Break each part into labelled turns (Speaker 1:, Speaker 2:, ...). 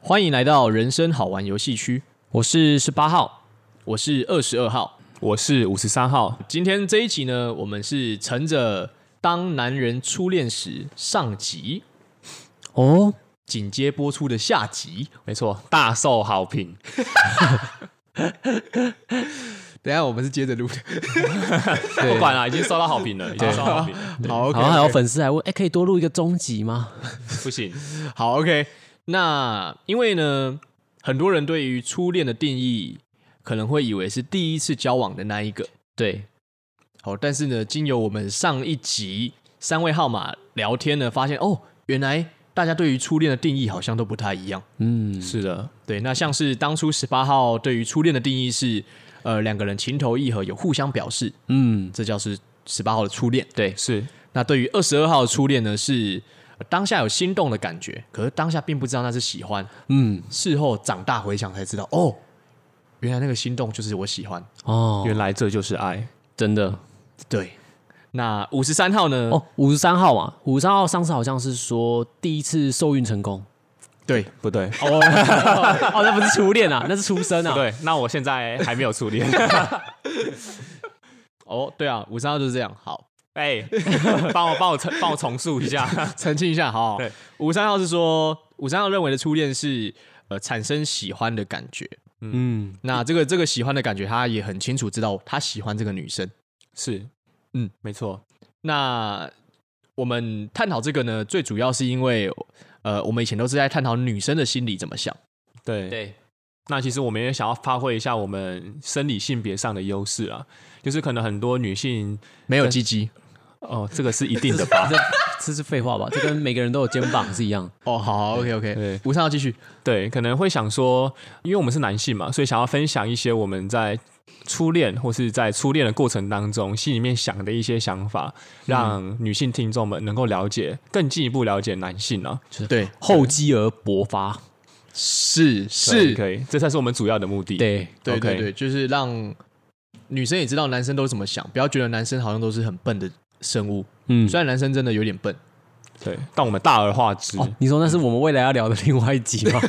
Speaker 1: 欢迎来到人生好玩游戏区，我是十八号，我是二十二号。
Speaker 2: 我是五十三号，
Speaker 1: 今天这一集呢，我们是乘着《当男人初恋时》上集
Speaker 3: 哦，
Speaker 1: 紧接播出的下集。
Speaker 2: 没错，大受 好评。
Speaker 3: 等一下我们是接着录的，
Speaker 2: 不管了，已经收到好评了，已经收到好评，
Speaker 3: 好
Speaker 1: ，OK，
Speaker 3: 然后还有粉丝还问，哎、可以多录一个终极吗？
Speaker 2: 不行，
Speaker 1: 好，OK。那因为呢，很多人对于初恋的定义，可能会以为是第一次交往的那一个。
Speaker 3: 对，
Speaker 1: 好，但是呢，经由我们上一集三位号码聊天呢，发现哦，原来大家对于初恋的定义好像都不太一样。
Speaker 3: 嗯，
Speaker 2: 是的，
Speaker 1: 对，那像是当初十八号对于初恋的定义是，呃，两个人情投意合，有互相表示，
Speaker 3: 嗯，
Speaker 1: 这叫是十八号的初恋。
Speaker 3: 对，
Speaker 2: 是
Speaker 1: 那对于二十二号的初恋呢，是、呃当下有心动的感觉，可是当下并不知道那是喜欢，
Speaker 3: 嗯，
Speaker 1: 事后长大回想才知道，哦，原来那个心动就是我喜欢。
Speaker 3: 哦，
Speaker 2: 原来这就是爱。
Speaker 3: 真的，
Speaker 1: 对，那五十三号呢？
Speaker 3: 哦，五十三号嘛，五十三号上次好像是说第一次受孕成功，
Speaker 1: 对，
Speaker 2: 不对，
Speaker 3: 哦， 哦，那不是初恋啊，那是出生啊，
Speaker 2: 不，对，那我现在还没有初恋。
Speaker 1: 哦，对啊，五十三号就是这样。好，
Speaker 2: 哎，帮我帮我重帮我重述一下。
Speaker 1: 澄清一下，好
Speaker 2: 对，
Speaker 1: 五三号是说，五三号认为的初恋是呃产生喜欢的感觉。
Speaker 3: 嗯，
Speaker 1: 那这个这个喜欢的感觉，他也很清楚知道他喜欢这个女生。
Speaker 2: 是，
Speaker 1: 嗯
Speaker 2: 嗯，没错，
Speaker 1: 那我们探讨这个呢，最主要是因为呃，我们以前都是在探讨女生的心理怎么想。
Speaker 2: 对
Speaker 3: 对，
Speaker 2: 那其实我们也想要发挥一下我们生理性别上的优势啊，就是可能很多女性
Speaker 1: 没有鸡鸡
Speaker 2: 哦，这个是一定的 吧？
Speaker 3: 这这是废话吧？这跟每个人都有肩膀是一样，
Speaker 1: 哦，好好，OK OK，
Speaker 2: 对
Speaker 1: 五三号继续，
Speaker 2: 对，可能会想说，因为我们是男性嘛，所以想要分享一些我们在初恋或是在初恋的过程当中心里面想的一些想法，
Speaker 3: 嗯
Speaker 2: 让女性听众们能够了解，更进一步了解男性啊。
Speaker 1: 对，
Speaker 3: 厚积而薄发，
Speaker 1: 是
Speaker 2: 对
Speaker 1: 是，
Speaker 2: 可以，这才是我们主要的目的。，
Speaker 3: 对，
Speaker 1: 对对
Speaker 2: OK
Speaker 1: 对，就是让女生也知道男生都怎么想，不要觉得男生好像都是很笨的生物，
Speaker 3: 嗯，
Speaker 1: 虽然男生真的有点笨，
Speaker 2: 对，但我们大而化之，
Speaker 3: 哦，你说那是我们未来要聊的另外一集吗？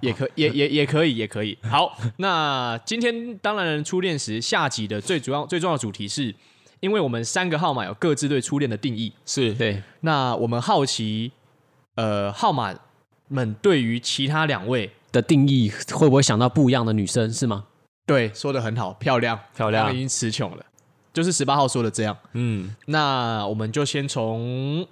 Speaker 1: 也可
Speaker 2: 嗯
Speaker 1: 也也也可以，也可以。好，那今天当然初恋时下集的最主要最重要的主题是，因为我们三个号码有各自对初恋的定义，
Speaker 2: 是
Speaker 3: 对，
Speaker 1: 那我们好奇，呃，号码们对于其他两位，
Speaker 3: 的定义会不会想到不一样的女生是吗？
Speaker 1: 对，说的很好，漂亮，
Speaker 2: 漂亮
Speaker 1: 刚刚已经词穷了，就是十八号说的这样。
Speaker 2: 嗯，
Speaker 1: 那我们就先从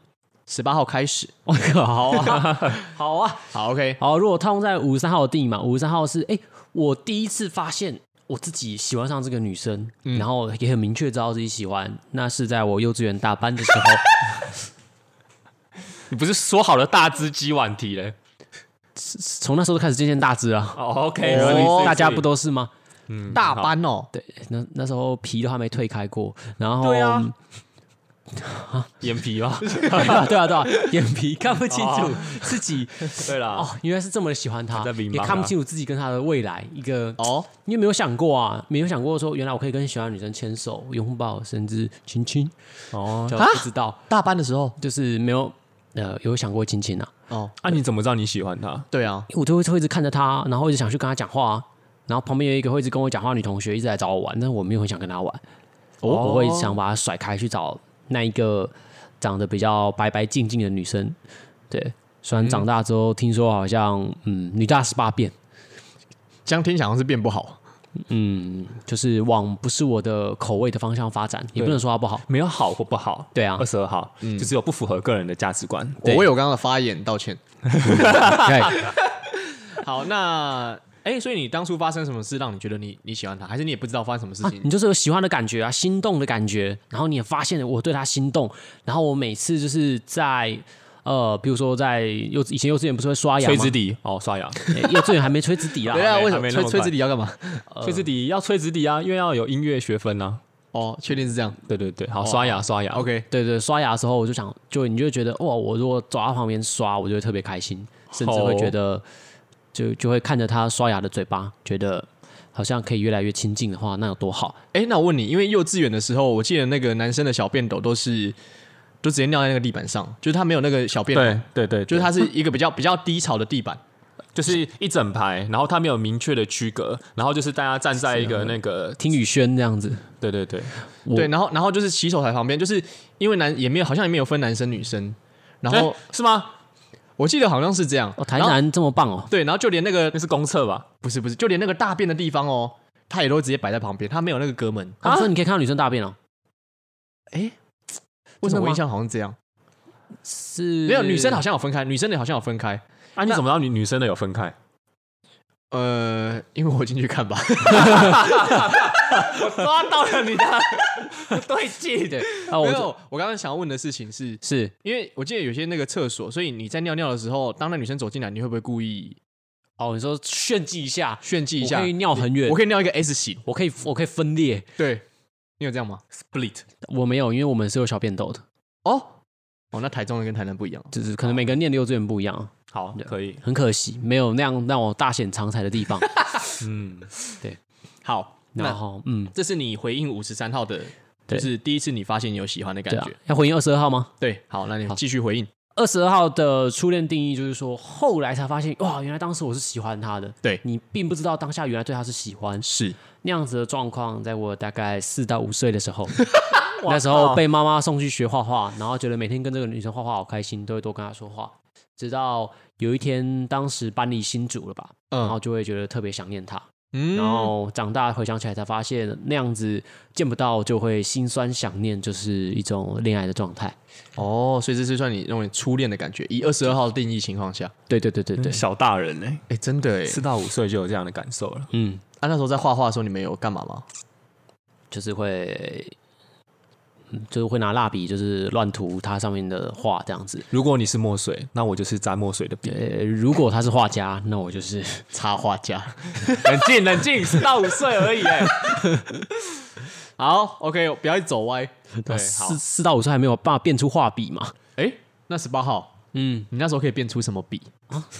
Speaker 1: 十八号开 始。
Speaker 3: 我靠，好啊，好啊，
Speaker 1: 好，OK，
Speaker 3: 好。如果套用在五十三号的定义嘛，五十三号是哎、诶我第一次发现我自己喜欢上这个女生，
Speaker 2: 嗯
Speaker 3: 然后也很明确知道自己喜欢，那是在我幼稚园大班的时候。
Speaker 2: 你不是说好了大只鸡晚提嘞？
Speaker 3: 从那时候就开始渐渐大只了，
Speaker 2: 哦，OK，
Speaker 1: 哦
Speaker 2: 所以
Speaker 1: 所以
Speaker 3: 大家不都是吗？
Speaker 2: 嗯
Speaker 1: 大班哦，
Speaker 3: 对，那那时候皮都还没蜕开过，然后
Speaker 2: 对啊，眼皮吗？
Speaker 3: 对啊，对啊，眼皮看不清楚
Speaker 2: 哦
Speaker 3: 自己
Speaker 2: 对啦，
Speaker 3: 哦，原来是这么喜欢他
Speaker 2: 还在，迷茫
Speaker 3: 也
Speaker 2: 啊
Speaker 3: 看不清楚自己跟他的未来一个
Speaker 1: 哦，
Speaker 3: 你有没有想过啊？没有想过说，原来我可以跟喜欢的女生牵手、拥抱，甚至亲亲。
Speaker 2: 哦，
Speaker 3: 就不知道，
Speaker 1: 大班的时候，
Speaker 3: 就是没有呃有想过亲亲啊。
Speaker 1: 哦，
Speaker 2: 那你怎么知道你喜欢他？
Speaker 1: 对啊，
Speaker 3: 我就会会一直看着她，然后一直想去跟她讲话啊、然后旁边有一个会一直跟我讲话的女同学一直来找我玩，但是我没有很想跟她玩，我会想把她甩开去找那一个长得比较白白净净的女生。对，虽然长大之后、听说好像嗯女大十八变，
Speaker 1: 这样听起来好像是变不好。
Speaker 3: 嗯，就是往不是我的口味的方向发展，也不
Speaker 2: 对
Speaker 3: 能说她不好。
Speaker 2: 没有好或不好，
Speaker 3: 对啊
Speaker 2: 二十二号，就只有不符合个人的价值观。
Speaker 1: 我
Speaker 3: 对
Speaker 1: 为我刚刚的发言道 歉。
Speaker 2: 哎
Speaker 3: 对，
Speaker 1: 好，那哎，所以你当初发生什么事让你觉得你你喜欢他，还是你也不知道发生什么事
Speaker 3: 啊，
Speaker 1: 情？
Speaker 3: 你就是有喜欢的感觉啊，心动的感觉，然后你也发现我对他心动，然后我每次就是在呃，比如说在幼稚以前幼稚园不是会刷牙
Speaker 2: 吹
Speaker 3: 吗？
Speaker 2: 直笛哦，刷牙，
Speaker 3: 诶幼稚园还没吹 直笛啦，
Speaker 1: 对啊，
Speaker 2: 还没
Speaker 1: 为什
Speaker 2: 还
Speaker 1: 么
Speaker 2: 没那
Speaker 1: 吹
Speaker 2: 么
Speaker 1: 吹
Speaker 2: 快
Speaker 1: 自己要干嘛？
Speaker 2: 吹直笛要吹直笛啊，因为要有音乐学分啊。
Speaker 1: 哦，确定是这样。
Speaker 2: 对对对，好，刷牙刷牙
Speaker 1: OK，
Speaker 3: 对对，刷牙的时候我就想，就你就会觉得哇，我如果走到旁边刷，我就会特别开心，甚至会觉得就就会看着他刷牙的嘴巴，觉得好像可以越来越亲近的话，那有多好？
Speaker 1: 哎，那我问你，因为幼稚园的时候，我记得那个男生的小便斗都是就直接尿在那个地板上，就是它没有那个小便
Speaker 2: 对对对，
Speaker 1: 就是
Speaker 2: 它
Speaker 1: 它是一个比较比较低潮的地板，
Speaker 2: 就是一整排，然后它没有明确的区隔，然后就是啊哎大家站在一个那个，
Speaker 3: 听雨轩这样子，
Speaker 2: 对对对，
Speaker 3: 我
Speaker 1: 对，然后然后就是洗手台旁边，就是因为男也没有好像也没有分男生女生，然后
Speaker 2: 诶是吗？
Speaker 1: 我记得好像是这样，
Speaker 3: 哦，台
Speaker 1: 然后
Speaker 3: 南这么棒哦，
Speaker 1: 对，然后就连那个
Speaker 2: 那是公厕吧？
Speaker 1: 不是不是，就连那个大便的地方哦，他也都直接摆在旁边，他没有那个隔门，
Speaker 3: 啊，所以你可以看到女生大便哦，
Speaker 1: 为什么
Speaker 3: 真的
Speaker 1: 我
Speaker 3: 吗
Speaker 1: 印象好像这样？
Speaker 3: 是
Speaker 1: 没有女生好像有分开，女生的好像有分开，
Speaker 2: 啊，你怎么知道女女生的有分开？
Speaker 1: 呃，因为我进去看吧，
Speaker 2: 抓到了你的不对劲，
Speaker 3: 对 啊，我
Speaker 1: 没
Speaker 3: 这
Speaker 1: 有，我刚刚想要问的事情是，
Speaker 3: 是
Speaker 1: 因为我记得有些那个厕所，所以你在尿尿的时候，当那女生走进来，你会不会故意
Speaker 3: 哦，你说炫技一下，
Speaker 1: 炫技一
Speaker 3: 我
Speaker 1: 下
Speaker 3: 可？以尿很远
Speaker 1: 我，可以尿一个 S 型，
Speaker 3: 我可以我可以分裂，
Speaker 1: 对你有这样吗？Split
Speaker 3: 我没有，因为我们是有小便斗的，
Speaker 1: 哦哦，那台中人跟台南不一样，哦
Speaker 3: 就是可能每个人念的幼稚园不一样，
Speaker 2: 好，可以，
Speaker 3: 很可惜没有那样让我大显长才的地方。
Speaker 2: 嗯，
Speaker 1: 好，
Speaker 3: 然
Speaker 1: 那
Speaker 3: 后嗯，
Speaker 1: 这是你回应五十三号的，就
Speaker 3: 对
Speaker 1: 是第一次你发现你有喜欢的感
Speaker 3: 对啊
Speaker 1: 觉，，
Speaker 3: 要回应二十二号吗？
Speaker 1: 对，好，那你
Speaker 3: 好
Speaker 1: 继续回应。
Speaker 3: 二十二号的初恋定义就是说，后来才发现哇，原来当时我是喜欢他的。
Speaker 1: 对
Speaker 3: 你并不知道当下原来对他是喜欢
Speaker 1: 是
Speaker 3: 那样子的状况，在我大概四到五岁的时 候，
Speaker 2: 哇
Speaker 3: 那时候被妈妈送去学画画，然后觉得每天跟这个女生画画好开心，都会多跟她说话。直到有一天，当时搬离新竹了吧，然后
Speaker 1: 嗯
Speaker 3: 就会觉得特别想念她。
Speaker 1: 嗯
Speaker 3: 然后长大回想起来才发现，那样子见不到就会心酸想念，就是一种恋爱的状态。
Speaker 1: 哦，所以这是算你认为初恋的感觉。以二十二号定义情况下，
Speaker 3: 对对对对对，
Speaker 2: 小大人呢，
Speaker 1: 哎，真的哎。
Speaker 2: 四到五岁就有这样的感受了。
Speaker 3: 嗯，
Speaker 1: 啊，那时候在画画的时候，你们有干嘛吗？
Speaker 3: 就是会，嗯就是会拿蜡笔，就是乱涂它上面的画这样子。
Speaker 2: 如果你是墨水，那我就是沾墨水的笔。
Speaker 3: 呃，如果他是画家，那我就是
Speaker 1: 插画家。
Speaker 2: 冷静，冷静，四到五岁而已，哎，
Speaker 1: 好，OK，不要一直走歪。 对，好
Speaker 3: 四。四到五岁还没有办法变出画笔嘛。
Speaker 1: 哎，那十八号，
Speaker 3: 嗯，
Speaker 1: 你那时候可以变出什么笔？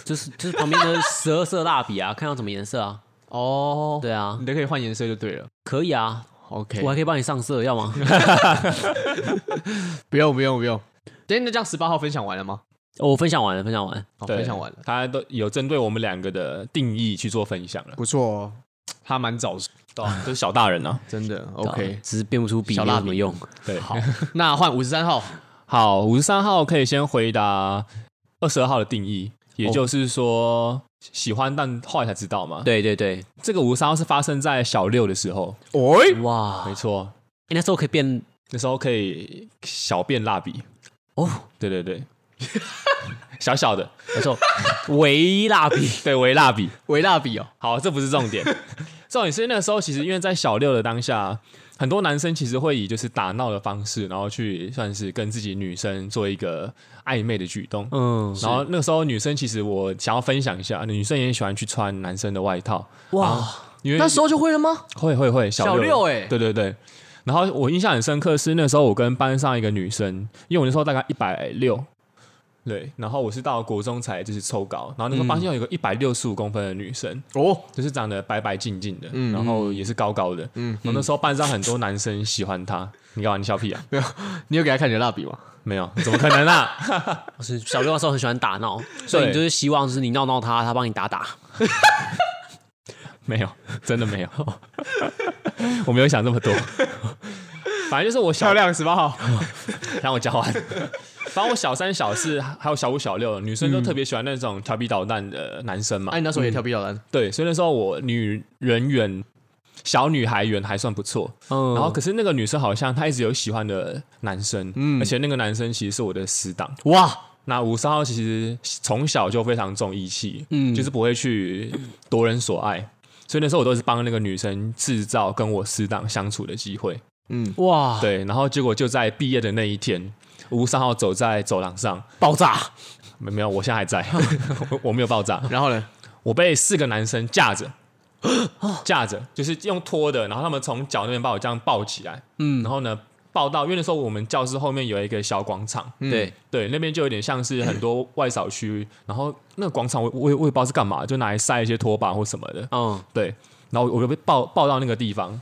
Speaker 3: 就是就是旁边的十二色蜡笔啊，看要什么颜色啊。
Speaker 1: 哦，
Speaker 3: 对啊
Speaker 1: 你，都可以换颜色就对了。
Speaker 3: 可以啊，
Speaker 1: OK，
Speaker 3: 我还可以帮你上色，要吗？
Speaker 1: 不用不用不用。等那这样十八号分享完了吗？
Speaker 3: 哦我分享完了，分享完了。
Speaker 2: 哦
Speaker 1: 好，分享完了，
Speaker 2: 他都有针对我们两个的定义去做分享了，
Speaker 1: 不错哦，他蛮早熟，
Speaker 2: 都是小大人啊。
Speaker 1: 真的。
Speaker 3: 对啊
Speaker 1: OK，
Speaker 3: 只是变不出笔，
Speaker 1: 小
Speaker 3: 没
Speaker 1: 蜡
Speaker 3: 有
Speaker 1: 笔
Speaker 3: 什么用。
Speaker 2: 对，好，
Speaker 1: 那换五十三号。
Speaker 2: 好，五十三号可以先回答二十二号的定义，也
Speaker 3: 哦
Speaker 2: 就是说喜欢，但后来才知道嘛。，
Speaker 3: 对对对，
Speaker 2: 这个五十三号是发生在小六的时候，
Speaker 1: 喂，
Speaker 3: 哇，
Speaker 2: 没
Speaker 3: 诶
Speaker 2: 错，
Speaker 3: 那时候可以变
Speaker 2: 那时候可以小便蜡笔。
Speaker 3: 哦，
Speaker 2: 对对 对，小小的，
Speaker 3: 没错，微蜡笔。
Speaker 2: 对，微蜡笔。
Speaker 1: 维蜡笔哦，
Speaker 2: 好，这不是重 点，重点是那个时候其实因为在小六的当下，很多男生其实会以就是打闹的方式，然后去算是跟自己女生做一个暧昧的举动。
Speaker 3: 嗯，
Speaker 2: 然后那个时候女生其实我想要分享一下，女生也喜欢去穿男生的外套，
Speaker 3: 哇，
Speaker 2: 因为
Speaker 1: 那时候就会了吗？
Speaker 2: 会会会
Speaker 1: 小
Speaker 2: 小
Speaker 1: 六
Speaker 2: 哎、
Speaker 1: 哎
Speaker 2: 对对对。然后我印象很深刻是那时候我跟班上一个女生，因为我那时候大概一百六，对，然后我是到国中才就是抽高，然后那时候
Speaker 1: 嗯
Speaker 2: 发现有一个一百六十五公分的女生，
Speaker 1: 哦，
Speaker 2: 就是长得白白净净的，
Speaker 1: 嗯
Speaker 2: 然后也是高高的，
Speaker 1: 嗯
Speaker 2: 嗯，然后那时候班上很多男生喜欢她，你干嘛？你笑屁啊？
Speaker 1: 你有给他看你的蜡笔吗？
Speaker 2: 没有，怎么可能啊？
Speaker 3: 哦是小六那时候很喜欢打闹，所以
Speaker 2: 对
Speaker 3: 你就是希望就是你闹闹他，他帮你打打。
Speaker 2: 没有，真的没有， 我没有想这么多。反正就是我小，
Speaker 1: 亮十八号，
Speaker 2: 让我讲完。反正我小三、小四还有小五、小六，女生都特别喜欢那种调皮捣蛋的男生嘛。
Speaker 1: 嗯哎，你那时候也调皮捣蛋，
Speaker 2: 对，所以那时候我女人缘、小女孩缘还算不错。
Speaker 3: 嗯，
Speaker 2: 然后可是那个女生好像她一直有喜欢的男生，
Speaker 1: 嗯
Speaker 2: 而且那个男生其实是我的死党。
Speaker 1: 哇，
Speaker 2: 那五十号其实从小就非常重义气，
Speaker 3: 嗯
Speaker 2: 就是不会去夺人所爱，所以那时候我都是帮那个女生制造跟我死党相处的机会。
Speaker 1: 嗯，
Speaker 3: 哇，
Speaker 2: 对，然后结果就在毕业的那一天，五十号走在走廊上，
Speaker 3: 爆炸，
Speaker 2: 没没有，我现在还在， 我我没有爆炸，
Speaker 1: 然后呢？
Speaker 2: 我被四个男生架着，架着，就是用拖的，然后他们从脚那边把我这样抱起来，嗯，然后呢抱到，因为那时候我们教室后面有一个小广场，
Speaker 3: 对，
Speaker 2: 对，那边就有点像是很多外扫区，然后那个广场我我也我也不知道是干嘛，就拿来晒一些拖把或什么的，
Speaker 3: 嗯，
Speaker 2: 对，然后我就被抱抱到那个地方，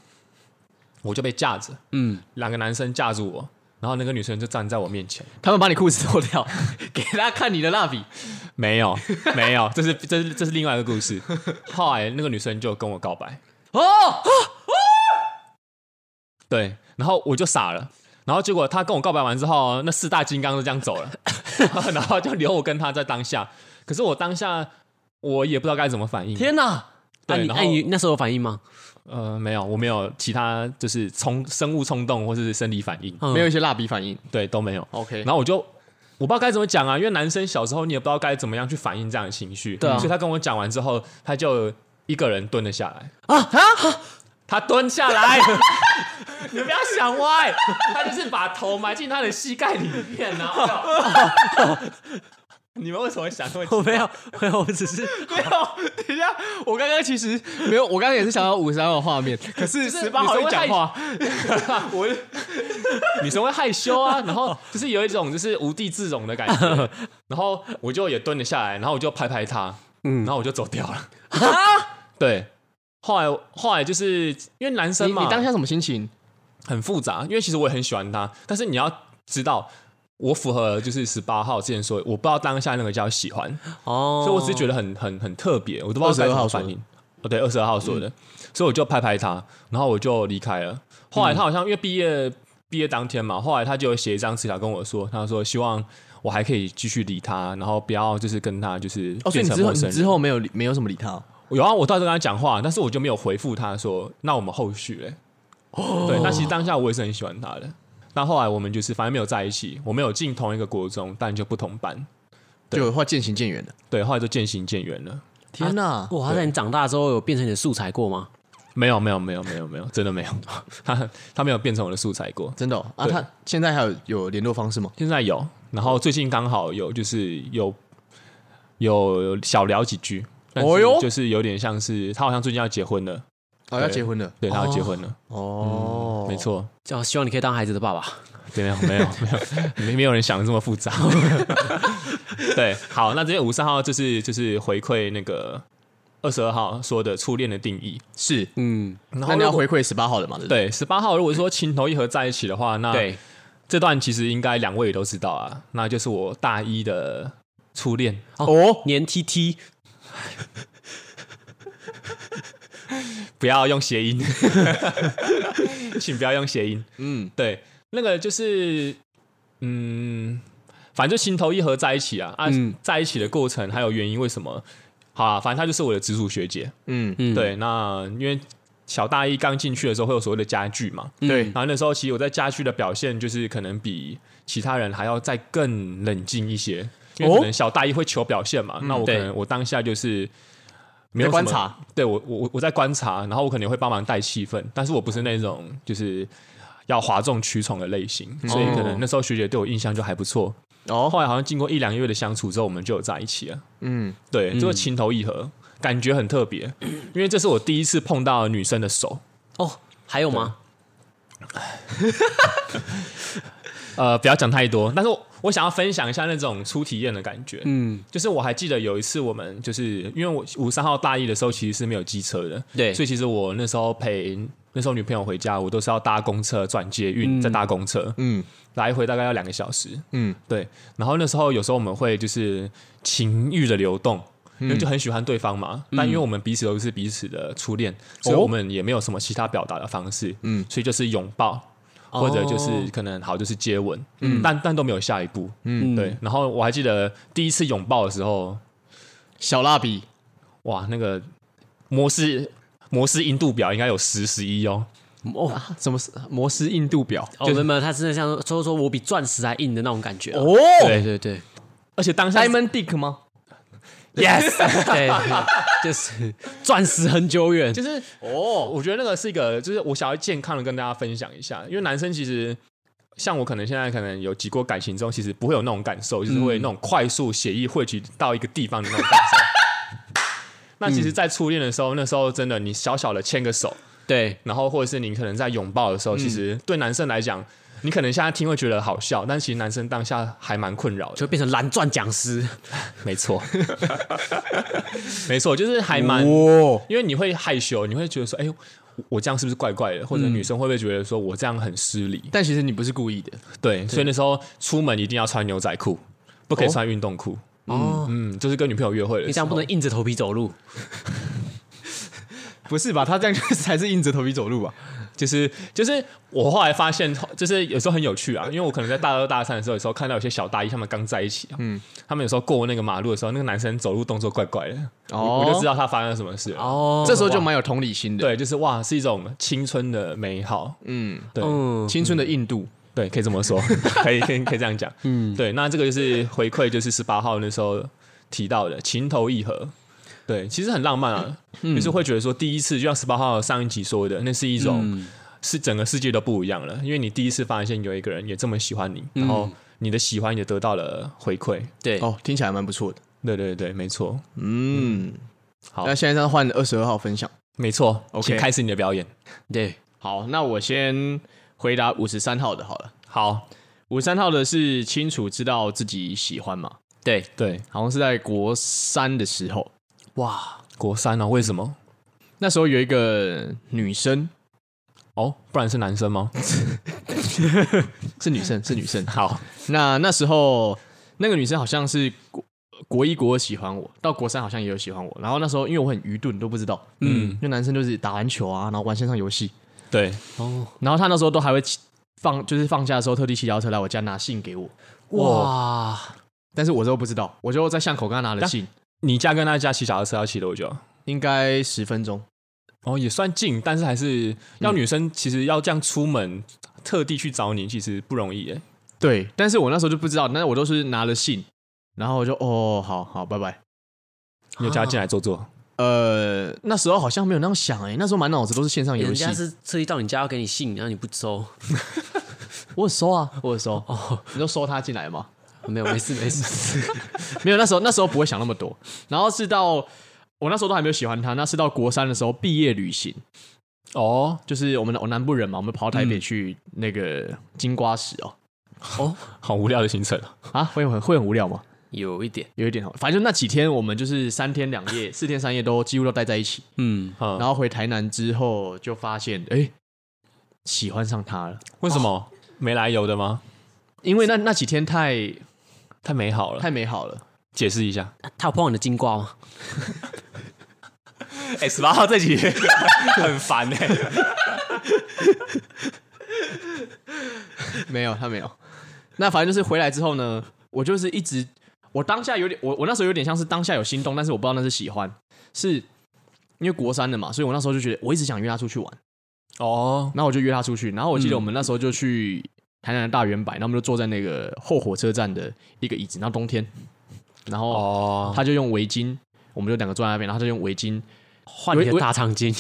Speaker 2: 我就被架着，
Speaker 3: 嗯，
Speaker 2: 两个男生架住我，然后那个女生就站在我面前，
Speaker 1: 他们把你裤子脱 掉，给他看你的蜡笔，
Speaker 2: 没有，没有，这是这是这是另外一个故事。后来那个女生就跟我告白，
Speaker 1: 哦，
Speaker 2: 对，然后我就傻了。然后结果她跟我告白完之后，那四大金刚就这样走了， 然后就留我跟她在当下。可是我当下我也不知道该怎么反应。
Speaker 3: 天哪！那
Speaker 2: 对
Speaker 3: 你
Speaker 2: 然
Speaker 3: 那
Speaker 2: 后
Speaker 3: 你那时候有反应吗？
Speaker 2: 呃，没有，我没有其他就是冲生物冲动或是生理反应，
Speaker 3: 嗯
Speaker 1: 没有一些蜡笔反应。
Speaker 2: 对，都没有。
Speaker 1: OK，
Speaker 2: 然后我就我不知道该怎么讲啊，因为男生小时候你也不知道该怎么样去反应这样的情绪，
Speaker 3: 对啊
Speaker 2: 所以他跟我讲完之后，他就一个人蹲了下来啊啊，他蹲下来， 你不要想歪，他就是把头埋进他的膝盖里面，然后 就。你们为什么会想这么
Speaker 3: 我没有， 没有，我只是
Speaker 1: 没有，等一下，我刚刚其实没有，我刚刚也是想到五十三号画面，可是
Speaker 2: 是
Speaker 1: 十八号一讲话，
Speaker 2: 我女生会害羞啊，然后就是有一种就是无地自容的感觉， 然后我就也蹲了下来，然后我就拍拍她，嗯，然后我就走掉了。
Speaker 1: 啊
Speaker 2: 对，后来后来就是因为男生
Speaker 1: 你
Speaker 2: 嘛，
Speaker 1: 你当下什么心情？
Speaker 2: 很复杂，因为其实我也很喜欢他，但是你要知道。我符合就是十八号之前说，我不知道当下那个叫喜欢，
Speaker 3: 哦，
Speaker 2: 所以我只是觉得很很很特别，我都不知道该怎么反应。哦，对，二十二号说的，
Speaker 1: 嗯
Speaker 2: 所以我就拍拍他，然后我就离开了。后
Speaker 1: 嗯
Speaker 2: 来他好像因为毕业毕业当天嘛，后来他就写一张词条跟我说，他说希望我还可以继续理他，然后不要就是跟他就是
Speaker 1: 哦，所
Speaker 2: 变
Speaker 1: 以你
Speaker 2: 成
Speaker 1: 之后
Speaker 2: 陌
Speaker 1: 你
Speaker 2: 生人。
Speaker 1: 之后没有理没有什么理他哦，
Speaker 2: 有啊，我到时候跟他讲话，但是我就没有回复他说，那我们后续嘞、
Speaker 1: 哦
Speaker 2: 对，那其实当下我也是很喜欢他的。那后来我们就是反正没有在一起，我们有进同一个国中，但就不同班。对
Speaker 1: 就话渐行渐远的。啊
Speaker 2: 对，后来就渐行渐远了。
Speaker 1: 天哪！
Speaker 3: 哇，他在你长大之后有变成你的素材过吗？
Speaker 2: 没有没有没有没有没有，真的没有， 他他没有变成我的素材过。
Speaker 1: 真的哦啊，
Speaker 2: 对
Speaker 1: 他现在还有有联络方式吗？
Speaker 2: 现在有，然后最近刚好有就是有有小聊几句，但
Speaker 1: 哦
Speaker 2: 是
Speaker 1: 哟
Speaker 2: 就是有点像是他好像最近要结婚了，
Speaker 1: 哦，要结婚了。
Speaker 2: 对他要结婚了，
Speaker 1: 哦，
Speaker 2: 没。错，
Speaker 3: 这样希望你可以当孩子的爸爸。
Speaker 2: 对没有没有没有，没没有人想的这么复杂。 对，好，那这些五十三号就是就是回馈那个二十二号说的初恋的定义，
Speaker 1: 是，
Speaker 3: 嗯，
Speaker 2: 然
Speaker 1: 那
Speaker 2: 后
Speaker 1: 你要
Speaker 2: 如果
Speaker 1: 回馈十八号的嘛？对不对
Speaker 2: 对十八号，如果说情投意合在一起的话，
Speaker 3: 啊
Speaker 2: 那
Speaker 1: 对，
Speaker 2: 这段其实应该两位也都知道啊，那就是我大一的初恋。
Speaker 1: 哦，
Speaker 3: 黏 T T，
Speaker 2: 不要用谐音，请不要用谐音。嗯，对，那个就是，嗯，反正就心头一合在一起啊啊，在一起的过程还有原因为什么？好啊，反正她就是我的直属学姐。
Speaker 1: 嗯，
Speaker 3: 嗯，
Speaker 2: 对，那因为小大一刚进去的时候会有所谓的家具嘛，
Speaker 1: 对
Speaker 2: 然，后那时候其实我在家居的表现就是可能比其他人还要再更冷静一些，因为可能小大一会求表现嘛，那我可
Speaker 1: 哦嗯对
Speaker 2: 能我当下就是没有
Speaker 1: 在观
Speaker 2: 什么
Speaker 1: 察，
Speaker 2: 对我我我我在观察，然后我可能会帮忙带气氛，但是我不是那种就是要哗众取宠的类型，所以可能那时候学姐对我印象就还不错。
Speaker 1: 哦
Speaker 2: 后来好像经过一两个月的相处之后，我们就有在一起了。
Speaker 1: 嗯，
Speaker 2: 对，就是情投意合，感觉很特别，因为这是我第一次碰到女生的手。
Speaker 3: 哦，还有吗？
Speaker 2: 呃，不要讲太多，但是我我想要分享一下那种初体验的感觉。
Speaker 3: 嗯，
Speaker 2: 就是我还记得有一次，我们就是因为我五三号大一的时候其实是没有机车的，
Speaker 3: 嗯对
Speaker 2: 所以其实我那时候陪那时候女朋友回家，我都是要搭公车转捷运，再搭公车，
Speaker 1: 嗯，
Speaker 2: 来回大概要两个小时。
Speaker 1: 嗯，
Speaker 2: 对。然后那时候有时候我们会就是情欲的流动。因为就很喜欢对方嘛，但因为我们彼此都是彼此的初恋，所以我们也没有什么其他表达的方式，哦嗯，所以就是拥抱，或者就是可能好就是接吻，嗯，但但都没有下一步，嗯，对。然后我还记得第一次拥抱的时候，
Speaker 1: 小蜡笔，
Speaker 2: 哇，那个摩氏摩氏印度表应该有十十一哦，
Speaker 3: 哦，
Speaker 1: 什么是摩斯印度表？
Speaker 3: 哦，没有没有，他真的像说说说我比钻石还硬的那种感觉啊。
Speaker 1: 哦
Speaker 3: 对对对
Speaker 2: 而且当下
Speaker 1: ，Diamond Dick 吗？
Speaker 2: yes，
Speaker 3: 对，对就是钻石很久远。
Speaker 2: 就是哦，我觉得那个是一个，就是我想要健康的跟大家分享一下，因为男生其实。像我可能现在可能有几过感情之后，其实不会有那种感受，就是会那种快速血液汇集到一个地方的那种感受。那其实，在初恋的时候，那时候真的你小小的牵个手，
Speaker 3: 对，
Speaker 2: 然后或者是你可能在拥抱的时候，其实对男生来讲，你可能现在听会觉得好笑，但其实男生当下还蛮困扰的。
Speaker 3: 就变成蓝钻讲 师，
Speaker 2: 没错，没错，就是还
Speaker 1: 哎哦
Speaker 2: 蛮，
Speaker 4: 哇，
Speaker 2: 因为你会害羞，你会觉得说，哎呦。我这样是不是怪怪的？或者女生会不会觉得说我这样很失礼？
Speaker 1: 但其实你不是故意的，
Speaker 2: 对，所以那时候出门一定要穿牛仔裤，不可以穿运动裤。哦，嗯，就是跟女朋友约会的
Speaker 3: 你
Speaker 2: 时
Speaker 3: 这样
Speaker 2: 候
Speaker 3: 不，能硬着头皮走路。
Speaker 1: 不是吧？他这样就是才是硬着头皮走路吧？
Speaker 2: 就是就是我后来发现，就是有时候很有趣啊，因为我可能在大二大三的时候，有时候看到有些小大一他们刚在一起、啊，嗯，他们有时候过那个马路的时候，那个男生走路动作怪怪的，
Speaker 1: 哦
Speaker 2: 我就知道他发生了什么事了。
Speaker 3: 哦，
Speaker 1: 这时候就蛮有同理心的，
Speaker 2: 对，就是哇，是一种青春的美好，
Speaker 1: 嗯，
Speaker 2: 对、
Speaker 3: 嗯，
Speaker 1: 青春的硬度，
Speaker 2: 对，可以这么说，可以可以可以这样讲，嗯，对，那这个就是回馈，就是十八号那时候提到的情投意合，对，其实很浪漫啊，就是会觉得说第一次，就像十八号上一集说的，那是一种、是整个世界都不一样了，因为你第一次发现有一个人也这么喜欢你，然后你的喜欢也得到了回馈，
Speaker 3: 对，
Speaker 1: 哦，听起来蛮不错的。
Speaker 2: 对对对，没错，
Speaker 1: 嗯，
Speaker 2: 好
Speaker 1: 那现在要换二十二号分享。
Speaker 2: 没错
Speaker 1: OK
Speaker 2: 请开始你的表演，
Speaker 3: 对，
Speaker 1: 好，那我先回答五十三号的好了。
Speaker 2: 好，
Speaker 1: 五十三号的是清楚知道自己喜欢嘛？
Speaker 3: 对，
Speaker 2: 对，
Speaker 1: 好像是在国三的时候，
Speaker 3: 哇，
Speaker 2: 国三哦，为什么？
Speaker 1: 那时候有一个女生，
Speaker 2: 哦，不然是男生吗？
Speaker 1: 是女 生，是女生。
Speaker 2: 好，
Speaker 1: 那那时候那个女生好像是国国一、国二喜欢我，到国三好像也有喜欢我。然后那时候因为我很愚钝，都不知道，嗯，因为男生就是打篮球啊，然后玩线上游戏，
Speaker 2: 对，
Speaker 3: 哦，
Speaker 1: 然后他那时候都还会骑放，就是放假的时候特地骑脚踏车来我家拿信给我，
Speaker 3: 哇，
Speaker 1: 但是我都不知道，我就在巷口跟他拿了信，
Speaker 2: 你家跟他家骑小的车要骑多久？
Speaker 1: 应该十分钟。
Speaker 2: 哦，也算近，但是还是要女生，其实要这样出门特地去找你，其实不容易耶。
Speaker 1: 对，但是我那时候就不知道，那我都是拿了信，然后我就哦，好好，拜拜。
Speaker 2: 你就叫她进来坐坐。
Speaker 1: 呃，那时候好像没有那样想哎、那时候满脑子都是线上游
Speaker 3: 人
Speaker 1: 戏
Speaker 3: 家。是特意到你家要给你信，然后你不收，
Speaker 1: 我有收啊， 我有收。哦，你就收他进来嘛。
Speaker 3: 没有，没事，没事，
Speaker 1: 没有，那时候那时候不会想那么多。然后是到我那时候都还没有喜欢他，那是到国三的时候毕业旅行，
Speaker 2: 哦，
Speaker 1: 就是我们我南部人嘛，我们跑台北去那个金瓜石哦。
Speaker 2: 好无聊的行程啊。
Speaker 1: 啊，会很会很无聊吗？
Speaker 3: 有一点，
Speaker 1: 有一点哦，反正就那几天我们就是三天两夜、四天三夜都几乎都待在一起。
Speaker 3: 嗯，
Speaker 2: 嗯
Speaker 1: 然后回台南之后就发现，哎、喜欢上他了。
Speaker 2: 为什么没来由的吗？
Speaker 1: 因为那那几天太
Speaker 2: 太美好了，
Speaker 1: 太美好了，
Speaker 2: 解释一下。
Speaker 3: 他有碰到你的金瓜吗？
Speaker 2: 哎，十八号这集很烦哎。
Speaker 1: 没有他没有。那反正就是回来之后呢，我就是一直，我当下有点，我我那时候有点像是当下有心动，但是我不知道那是喜欢，是因为国三的嘛，所以我那时候就觉得我一直想约他出去玩，
Speaker 2: 哦，
Speaker 1: 然后我就约他出去，然后我记得我们那时候就去台南的大圆柏，然后我们就坐在那个后火车站的一个椅子，然后冬天，然后
Speaker 2: 哦，
Speaker 1: 他就用围巾，我们就两个坐在那边，然后他就用围巾
Speaker 3: 换你的大肠 经，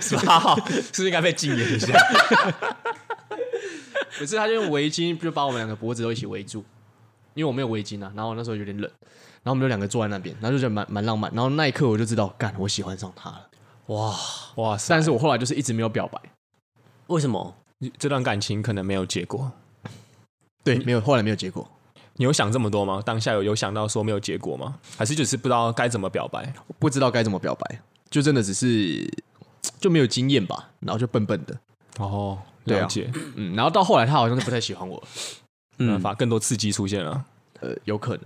Speaker 2: 十八号啊是不是应该被禁言一下？
Speaker 1: 不是，他就用围巾就把我们两个脖子都一起围住，因为我没有围巾啊。然后我那时候有点冷，然后我们就两个坐在那边，然后就觉得蛮蛮浪漫。然后那一刻我就知道，干，我喜欢上他了。
Speaker 3: 哇，
Speaker 2: 哇塞，
Speaker 1: 但是我后来就是一直没有表白，
Speaker 3: 为什么？
Speaker 2: 这段感情可能没有结果。
Speaker 1: 对，没有，后来没有结果。
Speaker 2: 你有想这么多吗？当下有有想到说没有结果吗？还是只是不知道该怎么表白？
Speaker 1: 不知道该怎么表白，就真的只是就没有经验吧，然后就笨笨的，
Speaker 2: 哦，
Speaker 1: 对啊
Speaker 2: 了解，
Speaker 1: 嗯。然后到后来他好像是不太喜欢我，
Speaker 2: 没办法，更多刺激出现了。
Speaker 1: 呃，有可能，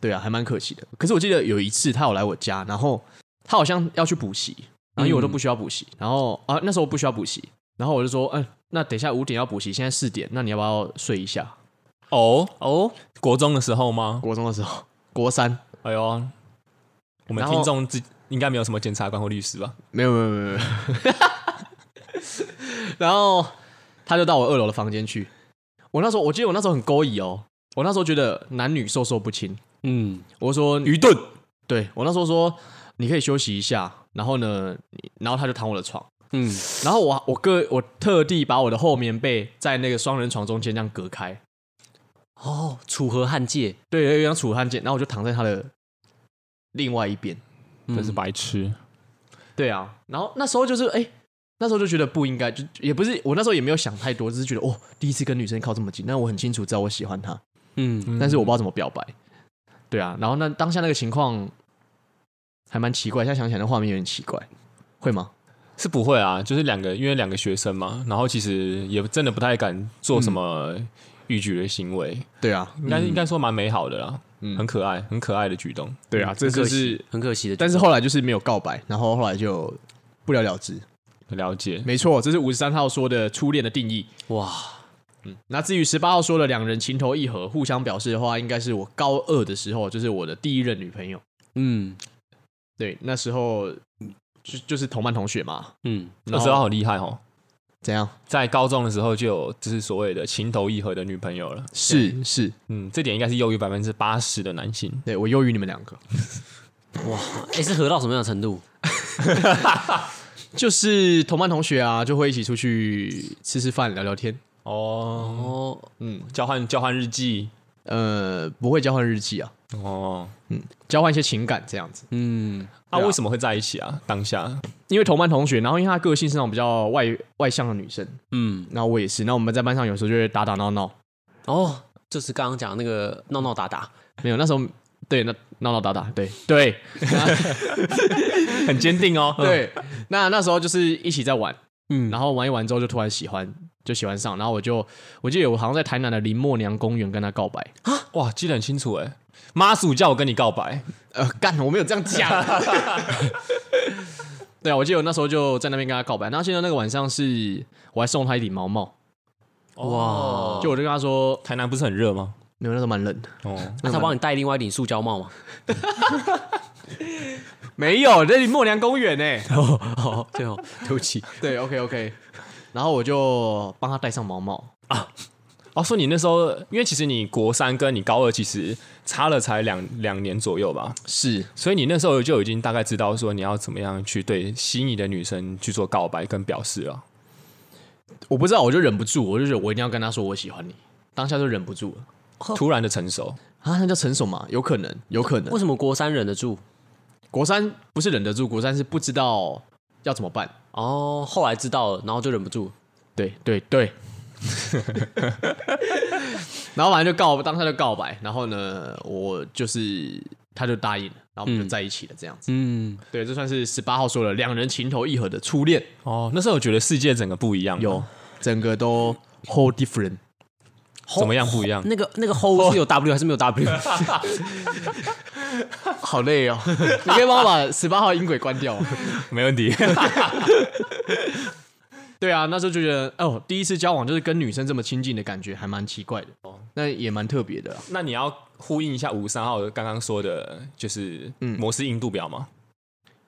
Speaker 1: 对啊，还蛮可惜的。可是我记得有一次他有来我家，然后他好像要去补习，然后因为我都不需要补习，然后啊那时候我不需要补习，然后我就说，嗯，那等一下五点要补习，现在四点，那你要不要睡一下？
Speaker 2: 哦哦，国中的时候吗？
Speaker 1: 国中的时候， 国三，
Speaker 2: 哎呦，我们
Speaker 1: 然后
Speaker 2: 听众之应该没有什么检察官或律师吧？
Speaker 1: 没有没有没有没有， 然后他就到我二楼的房间去，我那时候我记得我那时候很勾引哦，我那时候觉得男女授受不亲，
Speaker 3: 嗯，
Speaker 1: 我说
Speaker 2: 愚钝，
Speaker 1: 对我那时候说你可以休息一下，然后呢，你然后他就躺我的床。
Speaker 3: 嗯，
Speaker 1: 然后我我个我特地把我的后棉被在那个双人床中间这样隔开，
Speaker 3: 哦，楚河汉界，
Speaker 1: 对，有一张楚汉剑，然后我就躺在他的另外一边。
Speaker 3: 嗯
Speaker 2: 真是白痴。
Speaker 1: 对啊，然后那时候就是哎，那时候就觉得不应该，就也不是我那时候也没有想太多，只是觉得哦，第一次跟女生靠这么近，但我很清楚知道我喜欢她，
Speaker 3: 嗯，
Speaker 1: 但是我不知道怎么表白。对啊，然后那当下那个情况还蛮奇怪，现在想起来那画面有点奇怪，会吗？
Speaker 2: 是不会啊，就是两个，因为两个学生嘛，然后其实也真的不太敢做什么逾矩的行为，
Speaker 1: 对啊，
Speaker 2: 应该应该说蛮美好的啦，
Speaker 1: 嗯
Speaker 2: 很可爱，很可爱的举动。
Speaker 1: 对啊，这
Speaker 3: 很
Speaker 1: 就
Speaker 3: 可
Speaker 1: 是
Speaker 3: 惜，，很可惜的。
Speaker 1: 但是后来就是没有告白，然后后来就不了了之。
Speaker 2: 了解，
Speaker 1: 没错，这是五十三号说的初恋的定义。
Speaker 3: 哇，
Speaker 1: 那至于十八号说的两人情投意合、互相表示的话，应该是我高二的时候，就是我的第一任女朋友。
Speaker 3: 嗯
Speaker 1: 对，那时候就就是同班同学嘛。
Speaker 3: 嗯，
Speaker 2: 那
Speaker 1: 然后
Speaker 2: 时候好厉害哦，
Speaker 1: 怎样？
Speaker 2: 在高中的时候就有就是所谓的情投意合的女朋友了。
Speaker 1: 是是，
Speaker 2: 嗯，这点应该是优于百分之八十的男性。
Speaker 1: 对我优于你们两个，
Speaker 3: 哎，是合到什么样的程度？
Speaker 1: 就是同班同学啊，就会一起出去吃吃饭、聊聊天。
Speaker 2: 哦，
Speaker 3: 哦，
Speaker 1: 嗯，
Speaker 2: 交换交换日记。
Speaker 1: 呃，不会交换日记啊，
Speaker 2: 哦，
Speaker 1: 交换一些情感这样子。
Speaker 3: 嗯，
Speaker 2: 啊，
Speaker 1: 对啊
Speaker 2: 为什么会在一起啊？当下
Speaker 1: 因为同班同学，然后因为她个性是那种比较外外向的女生，
Speaker 3: 嗯，
Speaker 1: 那我也是。那我们在班上有时候就会打打闹闹，
Speaker 3: 哦，就是刚刚讲那个闹闹打打，
Speaker 1: 没有那时候对那闹闹打打，对对
Speaker 2: 很坚定 哦。
Speaker 1: 对。那那时候就是一起在玩，
Speaker 3: 嗯，
Speaker 1: 然后玩一玩之后就突然喜欢，就喜欢上，然后我就我记得我好像在台南的林默娘公园跟她告白。
Speaker 2: 哇，记得很清楚哎。妈祖叫我跟你告白，
Speaker 1: 呃，干，我没有这样讲。 对啊，我记得我那时候就在那边跟她告白，然后现在那个晚上是我还送她一顶毛帽，
Speaker 2: 哇，
Speaker 1: 就我就跟她说，
Speaker 2: 哦台南不是很热吗？
Speaker 1: 没哦有那时候蛮冷的，
Speaker 2: 哦，
Speaker 3: 那他帮你戴另外一顶塑胶帽吗？
Speaker 1: 没有，这里默娘公园呢、欸
Speaker 3: 哦，对哦，对不起，
Speaker 1: 对，OK OK，然后我就帮她戴上毛帽，
Speaker 2: 哦，所以你那时候，因为其实你国三跟你高二其实差了才两两年左右吧，
Speaker 1: 是
Speaker 2: 所以你那时候就已经大概知道说你要怎么样去对心仪的女生去做告白跟表示了。
Speaker 1: 我不知道，我就忍不住，我就觉得我一定要跟她说我喜欢你，当下就忍不住了
Speaker 2: 突然的成熟，
Speaker 1: 啊，那叫成熟嘛？有可能，有可能
Speaker 3: 为。什么国三忍得住？
Speaker 1: 国三不是忍得住，国三是不知道要怎么办。
Speaker 3: 哦，后来知道了，然后就忍不住，
Speaker 1: 对对对。 然后反正就告，当下就告白，然后呢，我就是他就答应了，然后我们就在一起了，这样子。
Speaker 3: 嗯，
Speaker 1: 对，这算是十八号说了，两人情投意合的初恋，
Speaker 2: 哦，那时候我觉得世界整个不一样啊吗，
Speaker 1: 有整个都 whole different。
Speaker 2: 怎么样不一样？哦
Speaker 3: 那个那个 hold 是有 W 还是没有 W？
Speaker 1: 好累哦， 你可以帮我把十八号音轨关掉吗。
Speaker 2: 没问题。
Speaker 1: 对啊，那时候就觉得哦，第一次交往就是跟女生这么亲近的感觉，还蛮奇怪的，那也蛮特别的啊啦。
Speaker 2: 那你要呼应一下五三号刚刚说的，就是摩斯硬度表吗？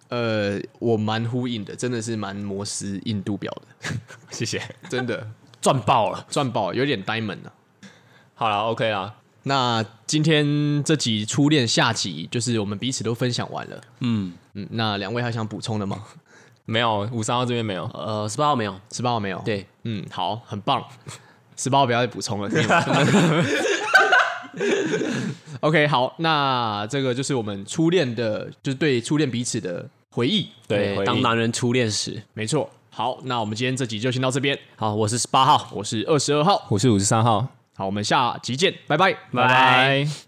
Speaker 1: 呃，我蛮呼应的，真的是蛮摩斯印度表的，
Speaker 2: 谢谢。
Speaker 1: 真的
Speaker 3: 赚爆了，
Speaker 1: 赚爆，有点 diamond 啊。
Speaker 2: 好了，OK 啦。
Speaker 1: 那今天这集初恋下集，就是我们彼此都分享完了。
Speaker 3: 嗯，
Speaker 1: 嗯，那两位还想补充的吗？
Speaker 2: 没有，五三号这边没有。
Speaker 3: 呃，十八号没有，
Speaker 1: 十八号没有？，
Speaker 3: 对，
Speaker 1: 嗯，好，很棒。 十八号不要再补充了。可以吗 OK，好，那这个就是我们初恋的，就是对初恋彼此的回忆。
Speaker 2: 对，回忆
Speaker 3: 当男人初恋时，
Speaker 1: 没错。好，那我们今天这集就先到这边。
Speaker 3: 好，我是十八号，
Speaker 1: 我是二十二号，
Speaker 2: 我是五十三号，
Speaker 1: 好，我们下集见，拜拜，
Speaker 2: 拜拜。